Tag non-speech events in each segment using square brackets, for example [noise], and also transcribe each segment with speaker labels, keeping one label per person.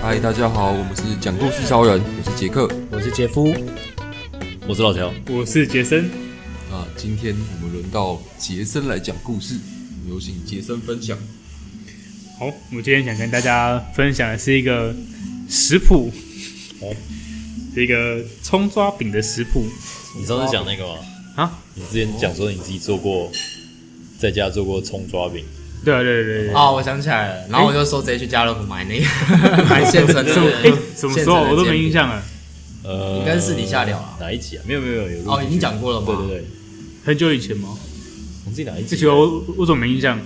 Speaker 1: 嗨，大家好，我们是讲故事超人，我是杰克
Speaker 2: 我是杰夫，
Speaker 3: 我是老乔，
Speaker 4: 我是杰森，
Speaker 1: 啊。今天我们轮到杰森来讲故事，有请杰森分享。
Speaker 4: 好，我今天想跟大家分享的是一个食谱，
Speaker 3: 哦，
Speaker 4: 是一个葱抓饼的食谱
Speaker 3: 你上次讲那个吗？
Speaker 4: 啊。
Speaker 3: 你之前讲说你自己做过，在家做过葱抓饼，
Speaker 4: 对啊对啊对啊对啊，
Speaker 2: 哦，我想起来
Speaker 1: 哎
Speaker 2: 了，然后我就说直接去家乐福买
Speaker 1: [laughs]
Speaker 2: 那个买现
Speaker 1: 啊
Speaker 2: 成的，
Speaker 4: 哎、什么时候我都没印象了，
Speaker 3: 呃，
Speaker 2: 应该是私底下聊啊
Speaker 3: 哪一集啊？没有没有没有，有录
Speaker 2: 哦，已经讲过了吗？
Speaker 3: 对对对，
Speaker 4: 很久以前吗？
Speaker 3: 我自己哪一集啊？
Speaker 4: 这球我我怎么没印象？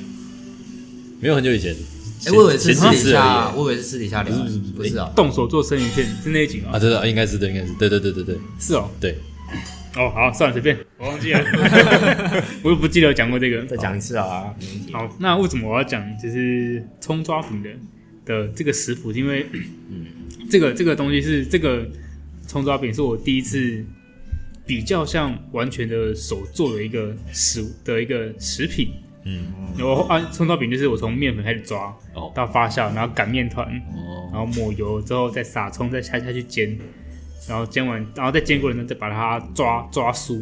Speaker 3: 没有很久以前，
Speaker 2: 哎，我以为是
Speaker 3: 前
Speaker 2: 私
Speaker 3: 前几
Speaker 2: 底
Speaker 3: 次而
Speaker 2: 下，啊
Speaker 3: 已
Speaker 2: 我以为是私底下聊
Speaker 3: 不是不是，不
Speaker 2: 不
Speaker 3: 是
Speaker 2: 是啊，
Speaker 4: 动手做生鱼片是那一集吗？
Speaker 3: 啊，对对，啊应该是对，应该是对对对对对
Speaker 4: 是哦，
Speaker 3: 对，
Speaker 4: 哦好，算了，随便，我忘记了， [laughs] 我又不记得有讲过这个。
Speaker 2: 再讲一次啊，
Speaker 4: 好，那为什么我要讲就是葱抓饼的的这个食谱？是因为，
Speaker 2: 嗯
Speaker 4: 这个这个东西是这个葱抓饼是我第一次比较像完全的手做的一个食物的一个食品。
Speaker 3: 嗯
Speaker 4: 然后啊，葱抓饼就是我从面粉开始抓
Speaker 3: 哦
Speaker 4: 到发酵，然后擀面团，
Speaker 3: 哦
Speaker 4: 然后抹油之后再撒葱，再下下去煎，然后煎完，然后再煎过程中再把它抓抓酥。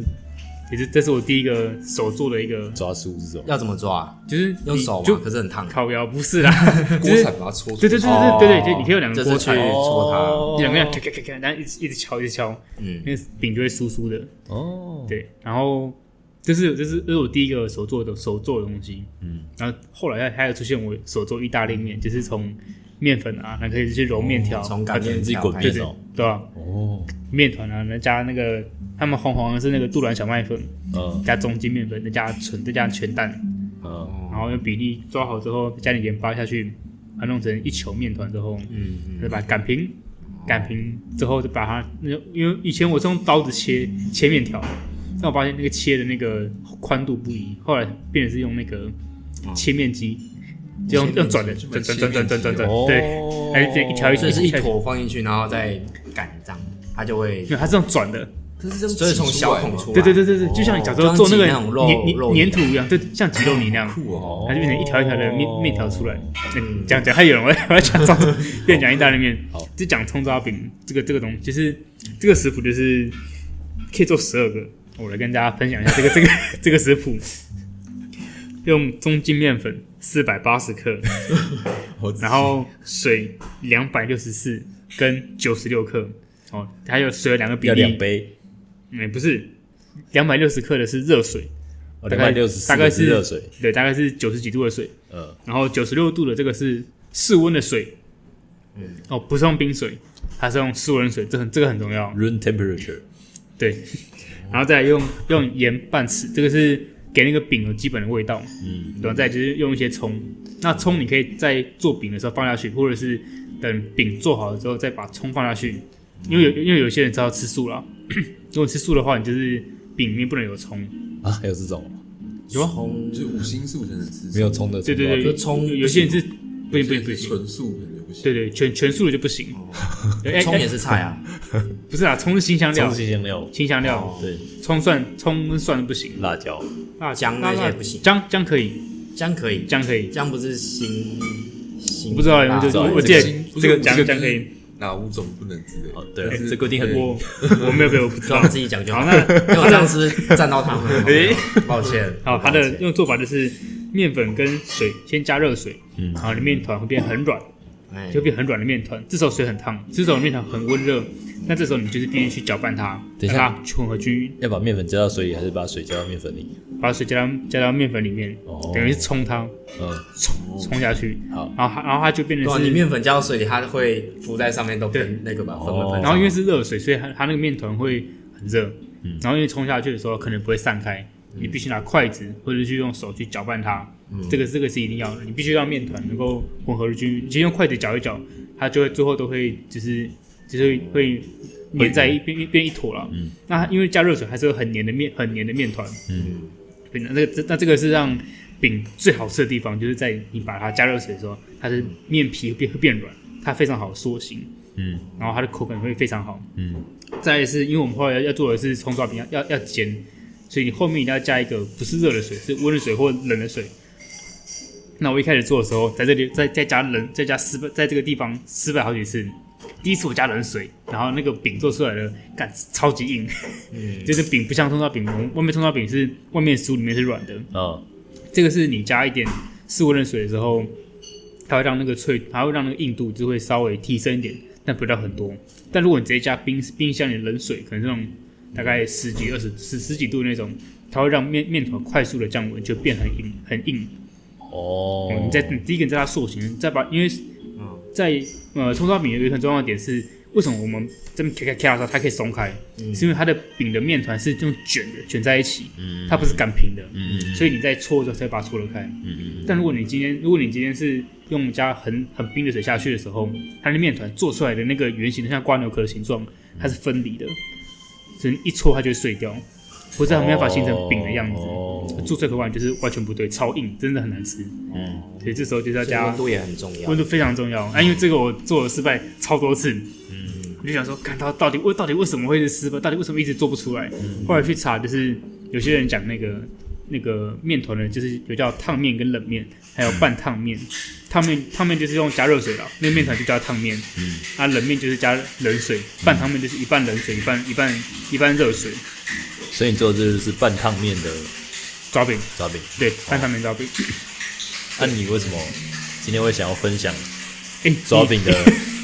Speaker 4: 也是，这是我第一个手做的一个，
Speaker 3: 抓书是什么？
Speaker 2: 要怎么抓？啊
Speaker 4: 就是
Speaker 2: 用
Speaker 4: 你
Speaker 2: 手
Speaker 4: 就
Speaker 2: 吗？可是很烫，
Speaker 4: 烤窑不
Speaker 2: [laughs]
Speaker 4: 是啦，就
Speaker 1: 锅
Speaker 4: 是
Speaker 1: 铲把它搓出来，
Speaker 4: 对对对哦
Speaker 2: 哦
Speaker 4: 对对对，就你可以有两个锅
Speaker 2: 就
Speaker 4: 去，
Speaker 2: 是铲
Speaker 4: 两
Speaker 1: 哦
Speaker 2: 戳它
Speaker 4: 个人咔咔咔咔，然后一直一直敲一直敲，
Speaker 2: 嗯，
Speaker 4: 那个饼就会酥酥的。
Speaker 3: 哦，
Speaker 4: 对，然后这是这是这是我第一个手做的手做的东西，
Speaker 3: 嗯，
Speaker 4: 然后后来还有出现我手做意大利面，就是从面粉啊，那可以去揉面条，
Speaker 2: 嗯哦从擀面
Speaker 3: 自己
Speaker 2: 条
Speaker 3: 滚
Speaker 2: 开
Speaker 4: 对
Speaker 2: 始
Speaker 3: 面
Speaker 4: 对
Speaker 3: 条
Speaker 4: 对啊，
Speaker 3: 哦，
Speaker 4: 面团啊，再加那个他们黄黄的是那个杜兰小麦粉，
Speaker 3: 嗯
Speaker 4: 加中筋面粉，再加纯再加全蛋，
Speaker 3: 嗯，
Speaker 2: 哦
Speaker 4: 然后用比例抓好之后，加点盐巴下去，把它弄成一球面团之后，
Speaker 2: 嗯嗯，哦
Speaker 4: 再把它擀平，擀平之后就把它，那因为以前我是用刀子切切面条，但我发现那个切的那个宽度不一，后来变成是用那个切面机，
Speaker 2: 哦
Speaker 4: 就用用转的
Speaker 1: 切
Speaker 4: 转
Speaker 1: 面机
Speaker 4: 转转转转转转
Speaker 3: 哦，
Speaker 4: 对，还是这样一条一条
Speaker 2: 所以是一
Speaker 4: 下去，
Speaker 2: 坨放进去，然后再擀这样，它就会
Speaker 4: 没，有，它是这样转的，
Speaker 1: 这是这样
Speaker 2: 所以从
Speaker 1: 挤出
Speaker 2: 小
Speaker 1: 来
Speaker 2: 孔
Speaker 1: 吗
Speaker 2: 出来，
Speaker 4: 对对对对对，就像你小时候做那个
Speaker 2: 就像挤那种肉
Speaker 4: 粘
Speaker 2: 肉
Speaker 4: 粘粘
Speaker 2: 泥
Speaker 4: 土一样，对，像挤肉泥那样。
Speaker 1: 酷哦，
Speaker 4: 它就变成一条一条的面面条出来。嗯，讲讲还有人我要我要讲葱，变讲意大利面，
Speaker 3: 好
Speaker 4: 就讲葱抓饼这个这个东西，就是这个食谱就是可以做十二个。我来跟大家分享一下这个这个这个食谱，用中筋面粉四百八十克，然后水两百六十四跟九十六克，哦，还有水有两个比
Speaker 3: 要
Speaker 4: 例，
Speaker 3: 两杯，
Speaker 4: 嗯，不是两百六十克的是热水，
Speaker 3: 哦
Speaker 4: 大
Speaker 3: 两
Speaker 4: 概
Speaker 3: 百六十四，
Speaker 4: 大概
Speaker 3: 是热水，，
Speaker 4: 对，大概是九十几度的水，
Speaker 3: 嗯，
Speaker 4: 然后九十六度的这个是室温的水，
Speaker 2: 嗯
Speaker 4: 哦，不是用冰水，它是用室温水，这很这个很重要，
Speaker 3: room temperature，
Speaker 4: 对。然后再来用用盐半匙，这个是给那个饼有基本的味道，
Speaker 3: 嗯，
Speaker 4: 然后再就是用一些葱，那葱你可以在做饼的时候放下去，或者是等饼做好了之后再把葱放下去，因为有因为有些人知道吃素啦， [clears throat] 如果吃素的话，你就是饼里面不能有葱，
Speaker 3: 啊，还有这种
Speaker 4: 有啊，
Speaker 2: 葱
Speaker 1: 就是五星素才能吃，
Speaker 3: 没有葱的葱
Speaker 4: 对
Speaker 3: 抓
Speaker 4: 对
Speaker 3: 饼，
Speaker 4: 对，
Speaker 2: 就葱
Speaker 4: 有有些人是不行不
Speaker 1: 现
Speaker 4: 行不
Speaker 1: 在是
Speaker 4: 行，
Speaker 1: 纯素可能就不行。
Speaker 4: 对对，全全素的就不行，对哎
Speaker 2: [laughs] 葱也
Speaker 4: 哎
Speaker 2: 是菜啊，
Speaker 4: 不是啊，葱是新香料
Speaker 3: 葱，是香料，
Speaker 4: 新香料，
Speaker 3: 对，
Speaker 4: 葱蒜葱跟蒜不行，
Speaker 3: 辣椒，
Speaker 4: 辣
Speaker 2: 姜那些也不行
Speaker 4: 姜姜可以，
Speaker 2: 姜可以，
Speaker 4: 姜可以，
Speaker 2: 姜不是新新，
Speaker 4: 我不知道有没有
Speaker 2: 辣
Speaker 4: 就
Speaker 2: 椒
Speaker 4: 是
Speaker 3: 啊
Speaker 4: 我
Speaker 1: 这
Speaker 4: 记
Speaker 1: 个
Speaker 4: 得
Speaker 1: 新，
Speaker 4: 这个
Speaker 1: 不是
Speaker 4: 姜
Speaker 1: 这个
Speaker 4: 姜
Speaker 1: 就是
Speaker 4: 可以，
Speaker 1: 哪五种不能吃的？
Speaker 3: 哦，对，
Speaker 4: 是
Speaker 3: 这规定很
Speaker 4: 我我没有没有我不知道
Speaker 2: 我，自己讲就好
Speaker 4: 好。那。
Speaker 2: 因为我这样是不是占到他们
Speaker 4: 诶，
Speaker 2: 抱歉。
Speaker 4: 好，它
Speaker 2: 抱
Speaker 4: 的
Speaker 2: 歉
Speaker 4: 用做法就是面粉跟水先加热水，嗯，然后你面团会变很软，
Speaker 2: 哎
Speaker 4: 就变很软的面团。这时候水很烫，这时候面团很温热，那这时候你就是必须去搅拌它，
Speaker 3: 等一
Speaker 4: 让
Speaker 3: 下
Speaker 4: 它混合均匀，
Speaker 3: 要把面粉加到水里，还是把水加到面粉里？
Speaker 4: 把水加到加到面粉里面，
Speaker 3: 哦
Speaker 4: 等于是冲它，
Speaker 3: 嗯，
Speaker 4: 冲冲下去，
Speaker 3: 好
Speaker 4: 然后它然后它就变
Speaker 2: 对啊，
Speaker 4: 成
Speaker 2: 你
Speaker 4: 是。
Speaker 2: 面粉加到水里，它会浮在上面都喷那个吧，粉会
Speaker 3: 哦
Speaker 2: 喷。
Speaker 4: 然后因为是热水，所以它它那个面团会很热，然后因为冲下去的时候可能不会散开，你必须拿筷子或者去用手去搅拌它，这个这个是一定要的，你必须让面团能够混合的均匀，其实用筷子搅一搅，它就会最后都会就是就是会粘在一边边边一坨了。那因为加热水还是会很粘的面很粘的面团，
Speaker 2: 嗯
Speaker 4: 对那这个这那这个是让饼最好吃的地方，就是在你把它加热水的时候，它的面皮会变会变软，它非常好塑形，
Speaker 3: 嗯，
Speaker 4: 然后它的口感会非常好，
Speaker 3: 嗯。
Speaker 4: 再来是因为我们后来要做的是葱抓饼，要要要煎，所以你后面一定要加一个不是热的水，是温的水或冷的水，那我一开始做的时候，在这里在在加冷，在加失败，在这个地方失败好几次。第一次我加冷水，然后那个饼做出来的，干超级硬， [laughs] 就是饼不像通道饼，外面通道饼是外面酥，里面是软的。
Speaker 3: 嗯，
Speaker 4: 这个是你加一点四温热水的时候，它会让那个脆，它会让那个硬度就会稍微提升一点，但不到很多。但如果你直接加冰冰箱里的冷水，可能这种大概十几、二十、十十几度那种，它会让面面团快速的降温，就变很硬、很硬。
Speaker 3: 哦，
Speaker 4: 嗯
Speaker 3: 嗯
Speaker 4: 你在你第一个在它塑形，再把因为在呃葱烧饼有一个很重要的点是，为什么我们这么咔咔咔的时候它可以松开，
Speaker 3: 嗯
Speaker 4: 是因为它的饼的面团是用卷的卷在一起，
Speaker 3: 嗯
Speaker 4: 它不是擀平的，所以你在搓的时候才把它搓得开。
Speaker 3: 嗯
Speaker 4: 但如果你今天如果你今天是用加很很冰的水下去的时候，它的面团做出来的那个圆形的像瓜牛壳的形状，它是分离的，所以你一搓它就会碎掉，或者它没办法形成饼的样子。
Speaker 3: 哦
Speaker 4: 注册口感就是完全不对，超硬，真的很难吃。
Speaker 3: 嗯，
Speaker 4: 所以这时候就是要
Speaker 2: 所以
Speaker 4: 加
Speaker 2: 温度也很重要
Speaker 4: 温。度非常重要啊，因为这个我做了失败超多次，我就想说，看他到底为到底为什么会是失败，到底为什么一直做不出来？后来去查，就是有些人讲那个那个面团呢，就是有叫烫面跟冷面，还有半烫面。烫面烫面就是用加热水了，那个面团就叫烫面，啊冷面就是加冷水，半烫面就是一半冷水，一半一半一半热水，
Speaker 3: 所以你做的这就是半烫面的
Speaker 4: 抓饼，
Speaker 3: 抓饼。
Speaker 4: 对，半烫面抓饼。
Speaker 3: 那、你为什么今天会想要分享
Speaker 4: 哎、
Speaker 3: 抓饼
Speaker 4: [laughs]
Speaker 3: 的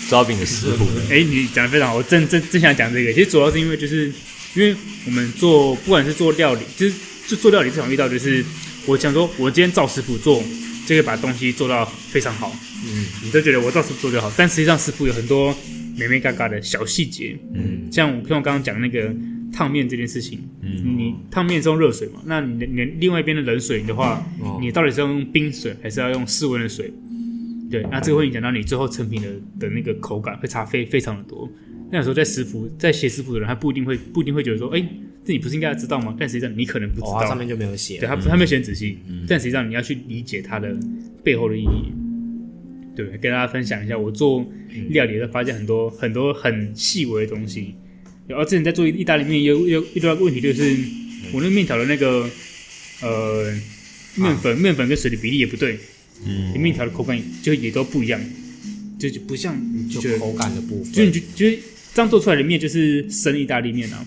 Speaker 3: 抓饼的食谱呢？
Speaker 4: 哎、你讲的非常好，我正正正想讲这个。其实主要是因为就是因为我们做不管是做料理，就是就做料理最常遇到就是我想说，我今天照食谱做，就可以把东西做到非常好。嗯，你都觉得我照食谱做就好，但实际上食谱有很多美美嘎嘎的小细节。嗯，像我像我刚刚讲那个烫面这件事情，嗯，你烫面是用热水嘛？那你的你的另外一边的冷水的话，
Speaker 2: 哦
Speaker 4: 你到底是要用冰水还是要用室温的水？对，那这个会影响到你最后成品的的那个口感，会差非非常的多。那有时候在食谱在写食谱的人，他不一定会不一定会觉得说，哎、这你不是应该知道吗？但实际上你可能不知
Speaker 2: 哦，
Speaker 4: 道，
Speaker 2: 它上面就没有写
Speaker 4: 对。他他没有写很仔细，但实际上你要去理解它的背后的意义。对，跟大家分享一下，我做料理的时候发现很多很多很细微的东西。然后之前在做意大利面，又又遇到一个问题，就是我那个面条的那个呃面粉、面粉跟水的比例也不对，嗯，面条的口感就也都不一样，就就不像你就觉得
Speaker 2: 就口感的部分，
Speaker 4: 就你就就是这样做出来的面就是生意大利面啊，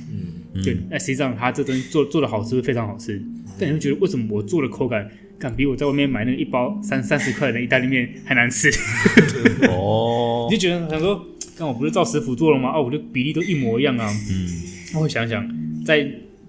Speaker 4: 嗯，对，那实际上它这东西做做的好吃，会非常好吃，但你会觉得为什么我做的口感，敢比我在外面买那个一包三三十块的意大利面还难吃？ [laughs]
Speaker 3: 哦
Speaker 4: 你，就觉得想说，刚我不是照食谱做了吗？哦，我的比例都一模一样啊，嗯，我会想想，在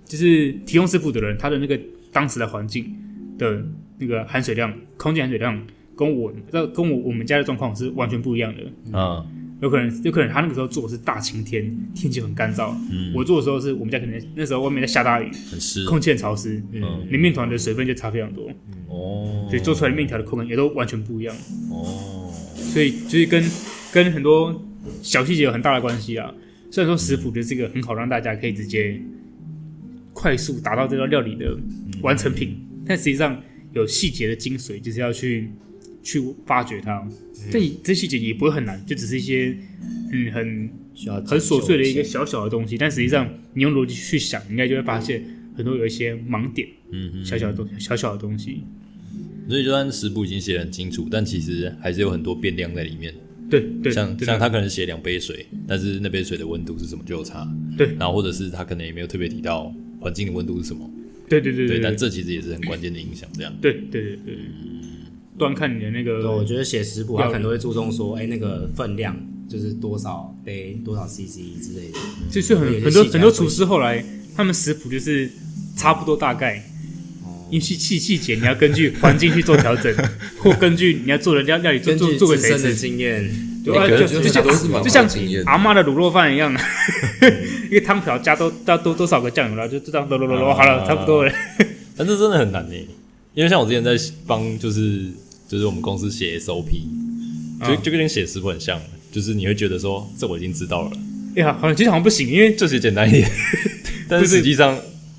Speaker 4: 就是提供食谱的人，他的那个当时的环境的那个含水量、空气含水量，跟我跟我我们家的状况是完全不一样的，
Speaker 3: 嗯，
Speaker 4: 有可能，有可能他那个时候做的是大晴天，天气很干燥。我做的时候是我们家可能那时候外面在下大雨，
Speaker 3: 很湿
Speaker 4: 空气很潮湿，
Speaker 3: 嗯
Speaker 4: 你面团的水分就差非常多，
Speaker 3: 哦
Speaker 4: 所以做出来的面条的口感也都完全不一样。
Speaker 3: 哦，
Speaker 4: 所以就是跟跟很多小细节有很大的关系啊。虽然说食谱就是一个很好让大家可以直接快速达到这道料理的完成品，但实际上有细节的精髓，就是要去去发掘它。但这细节也不会很难，就只是一些嗯很
Speaker 2: 需要
Speaker 4: 很琐碎的一个
Speaker 2: 整修
Speaker 4: 小小的东西，但实际上你用逻辑去想，应该就会发现很多有一些盲点，
Speaker 3: 嗯
Speaker 4: 小小的东小小的东西。
Speaker 3: 所以就算食谱已经写得很清楚，但其实还是有很多变量在里面。
Speaker 4: 对对，
Speaker 3: 像
Speaker 4: 对
Speaker 3: 像他可能写两杯水，但是那杯水的温度是什么就有差。
Speaker 4: 对
Speaker 3: 然后或者是他可能也没有特别提到环境的温度是什么。
Speaker 4: 对对对
Speaker 3: 对，
Speaker 4: 对，
Speaker 3: 但这其实也是很关键的影响。这样，
Speaker 4: 对对对对，端看你的那
Speaker 2: 对，我
Speaker 4: 个，
Speaker 2: 觉得写食谱
Speaker 4: 料
Speaker 2: 他
Speaker 4: 理
Speaker 2: 可能会注重说，哎、那个分量就是多少杯、多少 CC 之类的。
Speaker 4: 就是
Speaker 2: 有
Speaker 4: 很
Speaker 2: 些
Speaker 4: 很多
Speaker 2: 细节啊
Speaker 4: 很多
Speaker 2: 要注意
Speaker 4: 厨师后来他们食谱就是差不多大概，
Speaker 2: 哦
Speaker 4: 因为细细细节你要根据环境去做调
Speaker 2: [laughs]
Speaker 4: 整，或根据你要做的料料理做
Speaker 2: 根
Speaker 4: 做
Speaker 2: 据
Speaker 4: 做给
Speaker 2: 自
Speaker 4: 谁
Speaker 2: 身的
Speaker 4: 吃，
Speaker 2: 经验，
Speaker 4: 对
Speaker 1: 哎
Speaker 4: 啊，
Speaker 1: 可
Speaker 4: 就是就
Speaker 1: 这
Speaker 4: 像
Speaker 1: 都是蛮好
Speaker 4: 就像
Speaker 1: 的经验。
Speaker 4: 阿妈的卤肉饭一样， [laughs] 一个汤瓢加多加多多少个酱油了，就这样啰啰啰
Speaker 2: 啊
Speaker 4: 啰，好了，差不多了。
Speaker 3: 但这真的很难呢，因为像我之前在帮就是就是我们公司写 SOP，就就跟写食谱很像，就是你会觉得说这我已经知道了，
Speaker 4: 哎呀，好像其实好像不行，因为
Speaker 3: 就是简单一 [laughs] 点，但是实际上，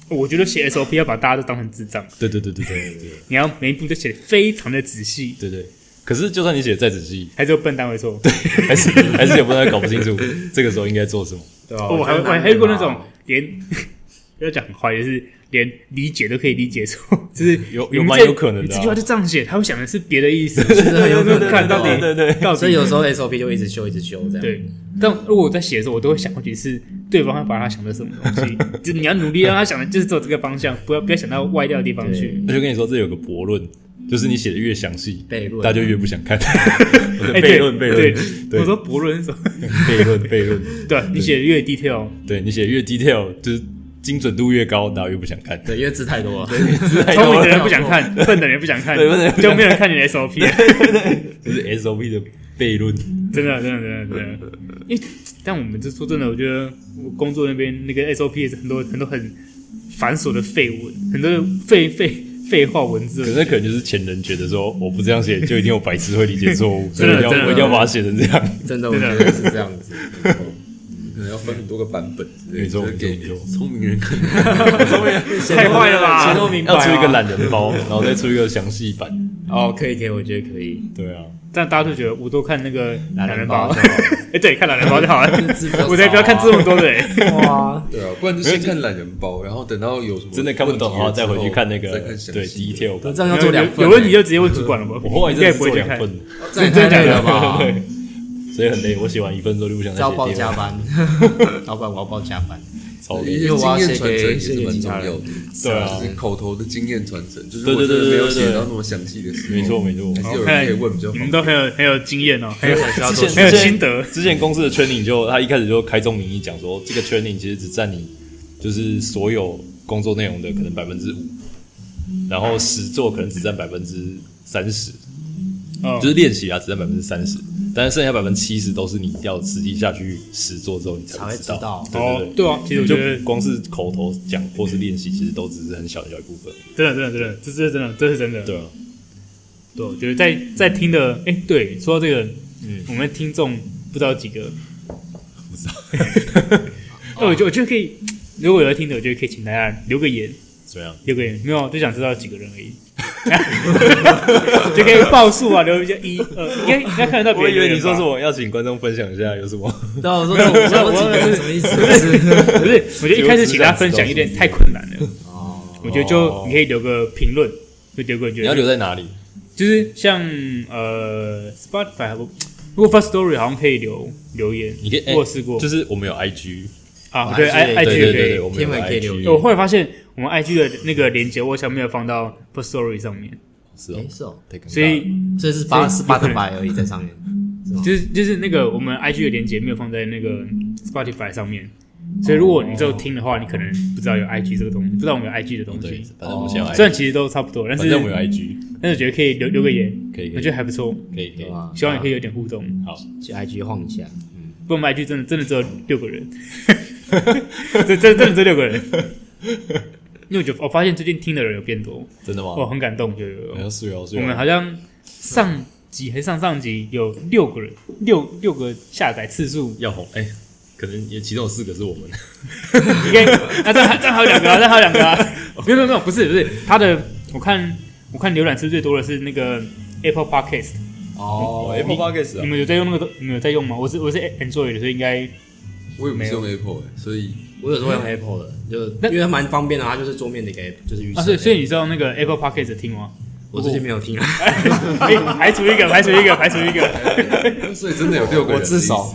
Speaker 4: 我觉得写 SOP 要把大家都当成智障，
Speaker 3: 对对对对对对
Speaker 4: 你要每一步都写的非常的仔细，
Speaker 3: 对对。可是就算你写得再仔细，
Speaker 4: 还是有笨蛋会错。
Speaker 3: 还是 [laughs] 还是有不能搞不清楚这个时候应该做什么。
Speaker 2: 对吧、
Speaker 4: 哦，我还
Speaker 2: 觉得
Speaker 4: 我还
Speaker 2: 难
Speaker 4: 还遇过那
Speaker 2: 免
Speaker 4: 种
Speaker 2: 啊
Speaker 4: 连不要讲很坏，就是连理解都可以理解错，就是
Speaker 3: 嗯有
Speaker 4: 你
Speaker 3: 有
Speaker 4: 们
Speaker 3: 蛮
Speaker 4: 这
Speaker 3: 有可能的啊啊
Speaker 4: 你这句话就这样写，他会想的是别的
Speaker 3: [laughs]
Speaker 4: 意思，
Speaker 2: 对
Speaker 4: 有
Speaker 2: 对对
Speaker 4: 看
Speaker 2: 对
Speaker 4: 到底
Speaker 3: 对对对
Speaker 4: 到
Speaker 2: 所
Speaker 4: 底
Speaker 2: 以有时候 SOP 就一直修，一直修这样。，
Speaker 4: 对。但如果我在写的时候，我都会想过去是对方会把他想的什么东西， [laughs] 就是你要努力让他想的就是走这个方向，不要不要想到歪掉的地方去。
Speaker 3: 我就跟你说，这有个悖论，就是你写的越详细，
Speaker 2: 悖论
Speaker 3: 大家就越不想看。 [laughs] 我说
Speaker 4: 哎，
Speaker 3: 悖
Speaker 4: 对
Speaker 3: 论，悖
Speaker 4: 对
Speaker 3: 论，对
Speaker 4: 我说博论是什么？ [laughs]
Speaker 3: 悖论，悖论。
Speaker 4: 对啊你写的越 detail，
Speaker 3: 对你写越 detail，就是精准度越高，大家越不想看。
Speaker 2: 对，因为字太多了。
Speaker 4: 聪明的人不想看，笨的人不想看，
Speaker 3: 哎 [laughs] 对笨的人不想
Speaker 4: 就没有人看你的 SOP。
Speaker 3: 这是 SOP 的悖论。
Speaker 4: [laughs] 真的，真的，真的，真的。因为，但我们这说真的，我觉得我工作那边那个 SOP 也是很多很多很繁琐的废文，很多的废废废话文字
Speaker 3: 可。是那可能就是前人觉得说，我不这样写，就一定有白痴会理解错 [laughs] 误，所
Speaker 4: 真
Speaker 3: 以
Speaker 4: 的
Speaker 3: 我一定要
Speaker 4: 真的
Speaker 3: 我一定要把它写成这样。
Speaker 2: [laughs] 真的，我
Speaker 4: 真
Speaker 2: 觉
Speaker 4: 的
Speaker 2: 得是这样子。
Speaker 1: 可能要分很多个版本之类的，
Speaker 3: 没错
Speaker 1: 就是给
Speaker 3: 没错没错
Speaker 1: 聪明人看。
Speaker 4: 太坏了吧
Speaker 2: 谁都明白
Speaker 3: 要
Speaker 2: 啊。
Speaker 3: 出一个懒人包，然后再出一个详细版。
Speaker 2: 哦，可以可以，我觉得可以。
Speaker 3: 对啊，
Speaker 4: 但大家都觉得我都看那个
Speaker 2: 懒
Speaker 4: 懒人
Speaker 2: 人
Speaker 4: 包
Speaker 2: 包，
Speaker 4: [laughs] 哎，对，看懒人包就好了
Speaker 2: 字比较少啊。
Speaker 4: 我才不要看这么多的欸。
Speaker 2: 哇，
Speaker 1: 对啊，不然就先看懒人包，然后等到有什么
Speaker 3: 真的看不懂的话，
Speaker 1: 问题
Speaker 3: 再
Speaker 1: 了之后
Speaker 3: 回去看那个
Speaker 1: 再看详
Speaker 3: 对
Speaker 1: 细的
Speaker 3: detail 版。
Speaker 2: [laughs] 这样要做两份欸。
Speaker 4: 有有问题就直接问主管了吧。
Speaker 3: 我后来
Speaker 4: 应
Speaker 3: 真的
Speaker 4: 该也
Speaker 3: 是
Speaker 4: 不会
Speaker 3: 做
Speaker 4: 去
Speaker 3: 两
Speaker 4: 看
Speaker 3: 份，
Speaker 2: 这也太 [laughs] 累
Speaker 4: [laughs]
Speaker 2: 了吧？
Speaker 3: 所以很累。我写完一份之后就不想
Speaker 2: 这
Speaker 3: 再
Speaker 2: 要
Speaker 3: 写
Speaker 2: 报
Speaker 3: 第
Speaker 2: 加
Speaker 3: 二份，
Speaker 2: 班，老板我要报加班。
Speaker 3: 超
Speaker 1: 一
Speaker 3: 累。
Speaker 1: 些
Speaker 2: 因为我
Speaker 1: 经
Speaker 2: 要
Speaker 1: 验
Speaker 2: 写
Speaker 1: 传承
Speaker 2: 给
Speaker 1: 也
Speaker 2: 写
Speaker 1: 是
Speaker 2: 给
Speaker 1: 蛮
Speaker 2: 其
Speaker 1: 重
Speaker 2: 他人
Speaker 1: 要的，
Speaker 3: 对啊
Speaker 1: 就是口头的经验传承，就是
Speaker 3: 对
Speaker 1: 我
Speaker 3: 对
Speaker 1: 真的
Speaker 3: 对
Speaker 1: 没有
Speaker 3: 对
Speaker 1: 写
Speaker 3: 对
Speaker 1: 到那么详细的时候，
Speaker 3: 没错没错。
Speaker 1: 还是有人可以问比较方
Speaker 4: 你
Speaker 1: 便。
Speaker 4: 们都很有很有经验哦，很有
Speaker 3: 之前
Speaker 4: [laughs] 很有心得。
Speaker 3: 之前公司的 training 就他一开始就开宗明义讲说，这个 training 其实只占你就是所有工作内容的可能百分之五，然后实做可能只占百分之三十，
Speaker 4: 哦
Speaker 3: 就是练习啊只占百分之三十，但是剩下百分之七十都是你要实际下去实做之后你才
Speaker 2: 才会
Speaker 3: 知
Speaker 2: 知道
Speaker 3: 对对
Speaker 4: 哦
Speaker 3: 对。
Speaker 4: 对啊，其实我觉得
Speaker 3: 就光是口头讲或是练习，其实都只是很小很小一部分。
Speaker 4: 真的真的真的，这是真的，这是真的。
Speaker 3: 对啊，
Speaker 4: 对，我觉得在在听的，哎、对，说到这个，
Speaker 3: 嗯
Speaker 4: 我们听众不知道几个， [laughs] 不知道。那我觉得我觉得可以，如果有人听的，我觉得可以请大家留个言，
Speaker 3: 怎么样？
Speaker 4: 留个言，没有，就想知道几个人而已。 [laughs] 就可以报数啊，留一下一呃，应该应该看得到别
Speaker 3: 我
Speaker 4: 人
Speaker 3: 以
Speaker 4: 留言吧。
Speaker 3: 为你说什么要请观众分享一下有什么？
Speaker 2: 对啊，我说这种这种几个人什么意思？
Speaker 4: 不是，我觉得一开始请大家分享有点太困难了。
Speaker 2: 哦，
Speaker 4: 我觉得就你可以留个评论，就留个你觉
Speaker 3: 你要
Speaker 4: 得
Speaker 3: 留在哪里？
Speaker 4: 就是像呃 Spotify，还不如果 First Story 好像可以留留言，
Speaker 3: 你可以，哎
Speaker 4: 我有试过，
Speaker 3: 就是我们有 IG，
Speaker 4: 啊，
Speaker 2: 哦
Speaker 4: 对
Speaker 2: IG
Speaker 4: ，i
Speaker 2: 对
Speaker 4: i
Speaker 3: 对对
Speaker 4: g
Speaker 3: 对，我们有
Speaker 2: 天文可以留
Speaker 3: IG，
Speaker 2: 言
Speaker 4: 我后来发现我们 i g 的那个连接，我好像没有放到 p o s t o r y 上面，
Speaker 3: 是哦
Speaker 2: 没，事哦，
Speaker 3: 太尴尬了
Speaker 4: 所以
Speaker 2: 所以是八
Speaker 4: 所以
Speaker 2: 是八个百而已在上面。
Speaker 4: 就是就是那个我们 i g 的连接没有放在那个 Spotify 上面，所以如果你只有听的话，你可能不知道有 i g 这个东西，不知道我们有 i g 的东
Speaker 3: 对
Speaker 2: 嗯
Speaker 4: 西。，
Speaker 3: 反正我们先有 IG，
Speaker 4: 虽然其实都差不多，但
Speaker 3: 反
Speaker 4: 哦是
Speaker 3: 正我们有 IG，
Speaker 4: 但是我觉得可以留留个言，
Speaker 3: 可以可
Speaker 4: 我
Speaker 3: 以
Speaker 4: 觉得还不错，
Speaker 3: 可以可以
Speaker 2: 对，吧？
Speaker 4: 希望也可以有点互动。
Speaker 3: 好，
Speaker 2: 去 IG 晃一下。
Speaker 4: 不然我们 i g 真的真的只有六个人， [laughs] 这真真的只有六个人，因为我觉得我发现最近听的人有变多，
Speaker 3: 真的吗？哎
Speaker 4: 我很感动，就有有有
Speaker 3: 我要素描，素
Speaker 4: 哦我们
Speaker 3: 描
Speaker 4: 好，像上集还是上上集有六个人，六六个下载次数，
Speaker 3: 要红，哎，可能也其中有四个是我们，
Speaker 4: 应该啊，这还这还有两个啊，这还有两个啊，没有没有没有，不是不是，他的我看我看浏览次最多的是那个 Apple Podcast，
Speaker 2: 哦
Speaker 3: Apple Podcast
Speaker 4: 你
Speaker 3: 啊，
Speaker 4: 们有在用那个东？你们有在用吗？我是我是 Android 的，所以应该
Speaker 1: 我也不是用 Apple，欸所以 [laughs]
Speaker 2: 我有时候用 Apple 的，就
Speaker 4: 那
Speaker 2: 因为它蛮方便的，啊它就是桌面的一个 app，就是欸预
Speaker 4: 啊，所以
Speaker 2: 设的 app。
Speaker 4: 所以你知道那个 Apple Podcast 的听吗？
Speaker 2: 我最近没有听，啊
Speaker 4: 哎，排除一个，排除一个，排除一个，
Speaker 1: 所以真的有六个人的意思，
Speaker 2: 自首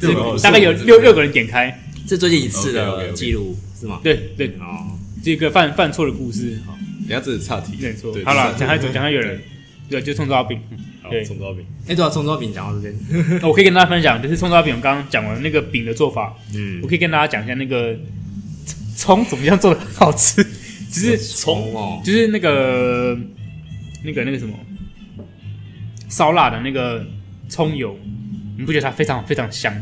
Speaker 4: 就
Speaker 1: 对吧
Speaker 4: 大概有六六个人点开，
Speaker 2: 是最近一次的
Speaker 3: OK，OK，OK
Speaker 2: 记录是吗？
Speaker 4: 对对，
Speaker 2: 哦，
Speaker 4: 这个犯犯错的故事，
Speaker 3: 等一下这是岔题，
Speaker 4: 没错
Speaker 3: 对，
Speaker 4: 好了，
Speaker 3: 这
Speaker 4: 讲
Speaker 3: 是
Speaker 4: 他讲他有人，对，就葱抓饼，
Speaker 3: 好
Speaker 4: 对
Speaker 3: 葱烧饼，
Speaker 2: 哎，对啊，葱烧饼讲到这边，
Speaker 4: 那我可以跟大家分享，就是葱抓饼，我刚刚讲完那个饼的做法，
Speaker 2: 嗯
Speaker 4: 我，可以跟大家讲一下那个葱怎么样做的好吃，就是
Speaker 3: 葱
Speaker 2: 哦，
Speaker 4: 就是那个那个那个什么烧腊的那个葱油，你不觉得它非常非常香，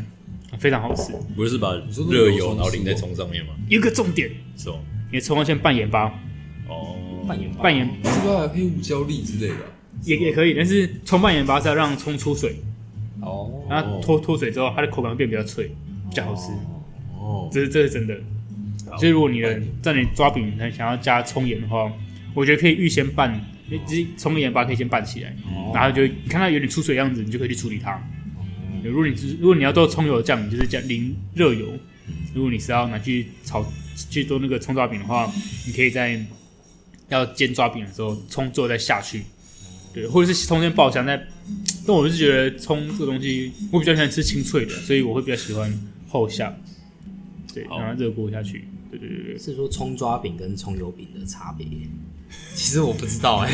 Speaker 4: 非常好吃？
Speaker 3: 不是把
Speaker 1: 说
Speaker 3: 热油然后淋在葱上面吗？
Speaker 4: 有一个重点，
Speaker 3: 是吗？
Speaker 4: 你的葱要先拌盐巴，
Speaker 3: 哦，
Speaker 2: 扮演吧
Speaker 4: 拌盐
Speaker 1: 是不是还有黑胡椒粒之类的啊？
Speaker 4: 也也可以，但是葱拌盐巴是要让葱出水，
Speaker 1: 哦
Speaker 4: 然后脱脱水之后，它的口感会变比较脆，比较好吃。
Speaker 1: 哦，
Speaker 4: 这是这是真的。所以如果你的在你抓饼很想要加葱盐的话，我觉得可以预先拌，就是葱盐把它可以先拌起来，然后就你看它有点出水的样子，你就可以去处理它。如果你是如果你要做葱油酱，你就是加淋热油；如果你是要拿去炒去做那个葱抓饼的话，你可以在要煎抓饼的时候，葱最后再下去，对，或者是葱先爆香再。但我是觉得葱这个东西，我比较喜欢吃清脆的，所以我会比较喜欢后下，对，
Speaker 2: 哦
Speaker 3: 好
Speaker 4: 然后热锅下去，对对对对。
Speaker 2: 是说葱抓饼跟葱油饼的差别？ [laughs] 其实我不知道哎、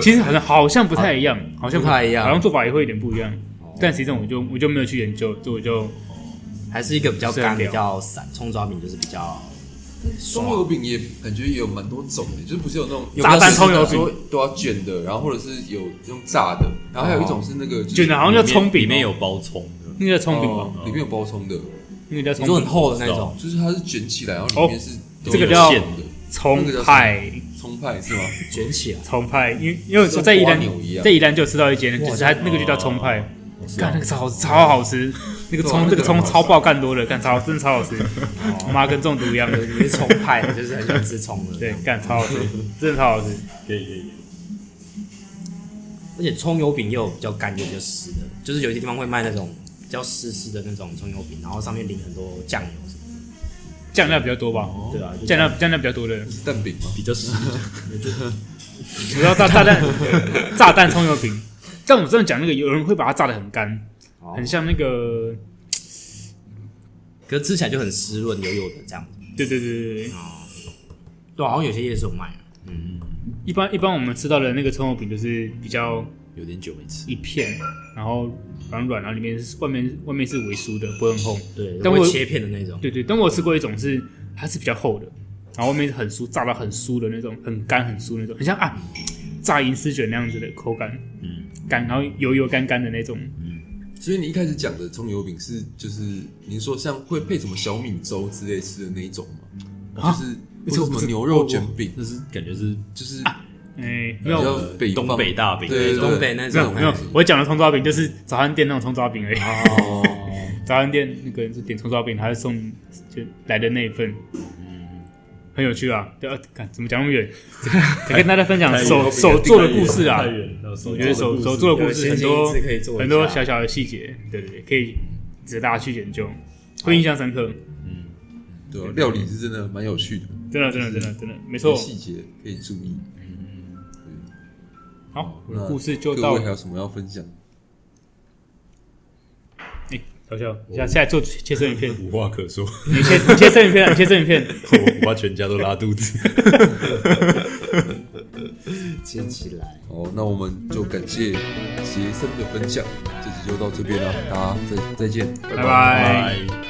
Speaker 4: 其实好像好像不太一样，好像
Speaker 2: 不太一样哦
Speaker 4: 好像做法也会有点不一样。但实际上我就我就没有去研究，所以我就
Speaker 2: [laughs] 还是一个比 [laughs] 较
Speaker 4: 是很
Speaker 2: 干、比
Speaker 4: 凉
Speaker 2: 较散。葱抓饼就是比较
Speaker 1: 葱油饼也感觉也有蛮多种的，就是不是有那种
Speaker 4: 炸弹葱油饼
Speaker 1: 说都要卷的，然后或者是有用炸的，然后还有一种是那个就是哦
Speaker 4: 卷的好像叫
Speaker 3: 里面
Speaker 4: 葱饼哦，
Speaker 3: 里面有包葱的，
Speaker 4: 那个叫葱饼吧，
Speaker 1: 里面有包葱的，
Speaker 4: 那个叫
Speaker 2: 哦你说
Speaker 4: 葱
Speaker 2: 很
Speaker 4: 饼
Speaker 2: 厚的那种，
Speaker 1: 就是它是卷起来，然后里面是都
Speaker 4: 哦这个
Speaker 1: 有
Speaker 4: 叫
Speaker 1: 馅的那个叫什
Speaker 4: 葱
Speaker 1: 么
Speaker 4: 派
Speaker 1: 葱派是吗？
Speaker 2: 卷起来， [laughs]
Speaker 4: 葱派，因为因为我在
Speaker 1: 像
Speaker 4: 宜
Speaker 1: 瓜
Speaker 4: 兰
Speaker 1: 牛一样
Speaker 4: 在宜兰就有吃到一间，就是它
Speaker 2: 哇
Speaker 4: 那个就叫葱派，
Speaker 3: 是
Speaker 4: 干
Speaker 3: 啊
Speaker 4: 那个超超好
Speaker 1: [laughs]
Speaker 4: 吃，那个
Speaker 1: 对啊
Speaker 4: 葱
Speaker 1: 那个
Speaker 4: 这个葱
Speaker 1: 很好吃哦
Speaker 4: 超爆干多的，干超真的超好吃，我妈跟中毒一
Speaker 1: [laughs]
Speaker 4: 样，
Speaker 2: 你是葱派的，就是很喜欢吃葱的。
Speaker 4: 对，干超好吃，真的超好吃。
Speaker 3: 可以可以，
Speaker 2: 而且葱油饼又有比较干又比较湿的，就是有些地方会卖那种比较湿湿的那种葱油饼，然后上面淋很多酱油什么
Speaker 4: 酱料比较多吧，
Speaker 2: 的，对啊，就
Speaker 4: 哦酱料酱料比较多的，
Speaker 1: 是蛋饼吗？
Speaker 3: 比较实
Speaker 4: 你知道炸
Speaker 1: [laughs]
Speaker 4: 炸弹炸弹葱油饼，但我真的讲那个，有人会把它炸得很干，
Speaker 2: 哦
Speaker 4: 很像那个，
Speaker 2: 可是吃起来就很湿润油油的这样子。
Speaker 4: 对对对对对，
Speaker 2: 对啊，好像有些夜市有卖啊。
Speaker 4: 一般一般我们吃到的那个葱油饼就是比较
Speaker 3: 有点久没吃，
Speaker 4: 一片，然后软软，然后里面是外面外面是微酥的，不会很厚。
Speaker 2: 对，
Speaker 4: 但
Speaker 2: 会
Speaker 4: 我
Speaker 2: 切片的那种。
Speaker 4: 对对，但我有吃过一种是它是比较厚的，然后外面很酥，炸到很酥的那种，很干很酥那种，很像啊炸银丝卷那样子的口感，
Speaker 3: 嗯，
Speaker 4: 干然后油油干干的那种，
Speaker 1: 所以你一开始讲的葱油饼是就是您说像会配什么小米粥之类吃的那一种
Speaker 4: 啊
Speaker 1: 吗？就是或者什么牛
Speaker 4: 哦
Speaker 1: 肉卷饼，
Speaker 3: 那是感觉是
Speaker 1: 就是
Speaker 4: 哎、
Speaker 1: 比
Speaker 4: 没有。
Speaker 1: 较北方
Speaker 3: 东北大饼
Speaker 1: 对
Speaker 3: 那
Speaker 1: 对
Speaker 3: 种
Speaker 2: 东北那
Speaker 4: 没有
Speaker 2: 种
Speaker 4: 没有，我讲的葱抓饼就是早餐店那种葱抓饼而已。
Speaker 1: 哦，
Speaker 4: [laughs] 早餐店那个人是点葱烧饼，他会送就来的那一份，很有趣啊。对啊，看怎么讲那么远，再跟大家分享啊手手做的故事啊
Speaker 3: 太，远了，手
Speaker 4: 我觉得手手做的故事
Speaker 2: 有
Speaker 4: 很
Speaker 2: 一些
Speaker 4: 多
Speaker 2: 心思可以做一下
Speaker 4: 很多小小的细节，对对对，可以值得大家去研究，会印象深刻。
Speaker 1: 对啊，料理是真的蛮有趣的，
Speaker 4: 真的真的真的真的，没错。
Speaker 1: 细节可以注意。
Speaker 4: 好，我
Speaker 1: 那
Speaker 4: 的故事就
Speaker 1: 各
Speaker 4: 到
Speaker 1: 位还有什么要分享？
Speaker 4: 哎，小小，下下来做切生鱼片，
Speaker 3: 无话可说，
Speaker 4: 你切你切生鱼片啊，你切生鱼片。
Speaker 3: [laughs] 我把全家都拉肚子。
Speaker 2: 切起来。
Speaker 1: 哦，那我们就感谢杰森的分享，这集就到这边了，大家再再见，拜
Speaker 4: 拜拜
Speaker 3: 拜。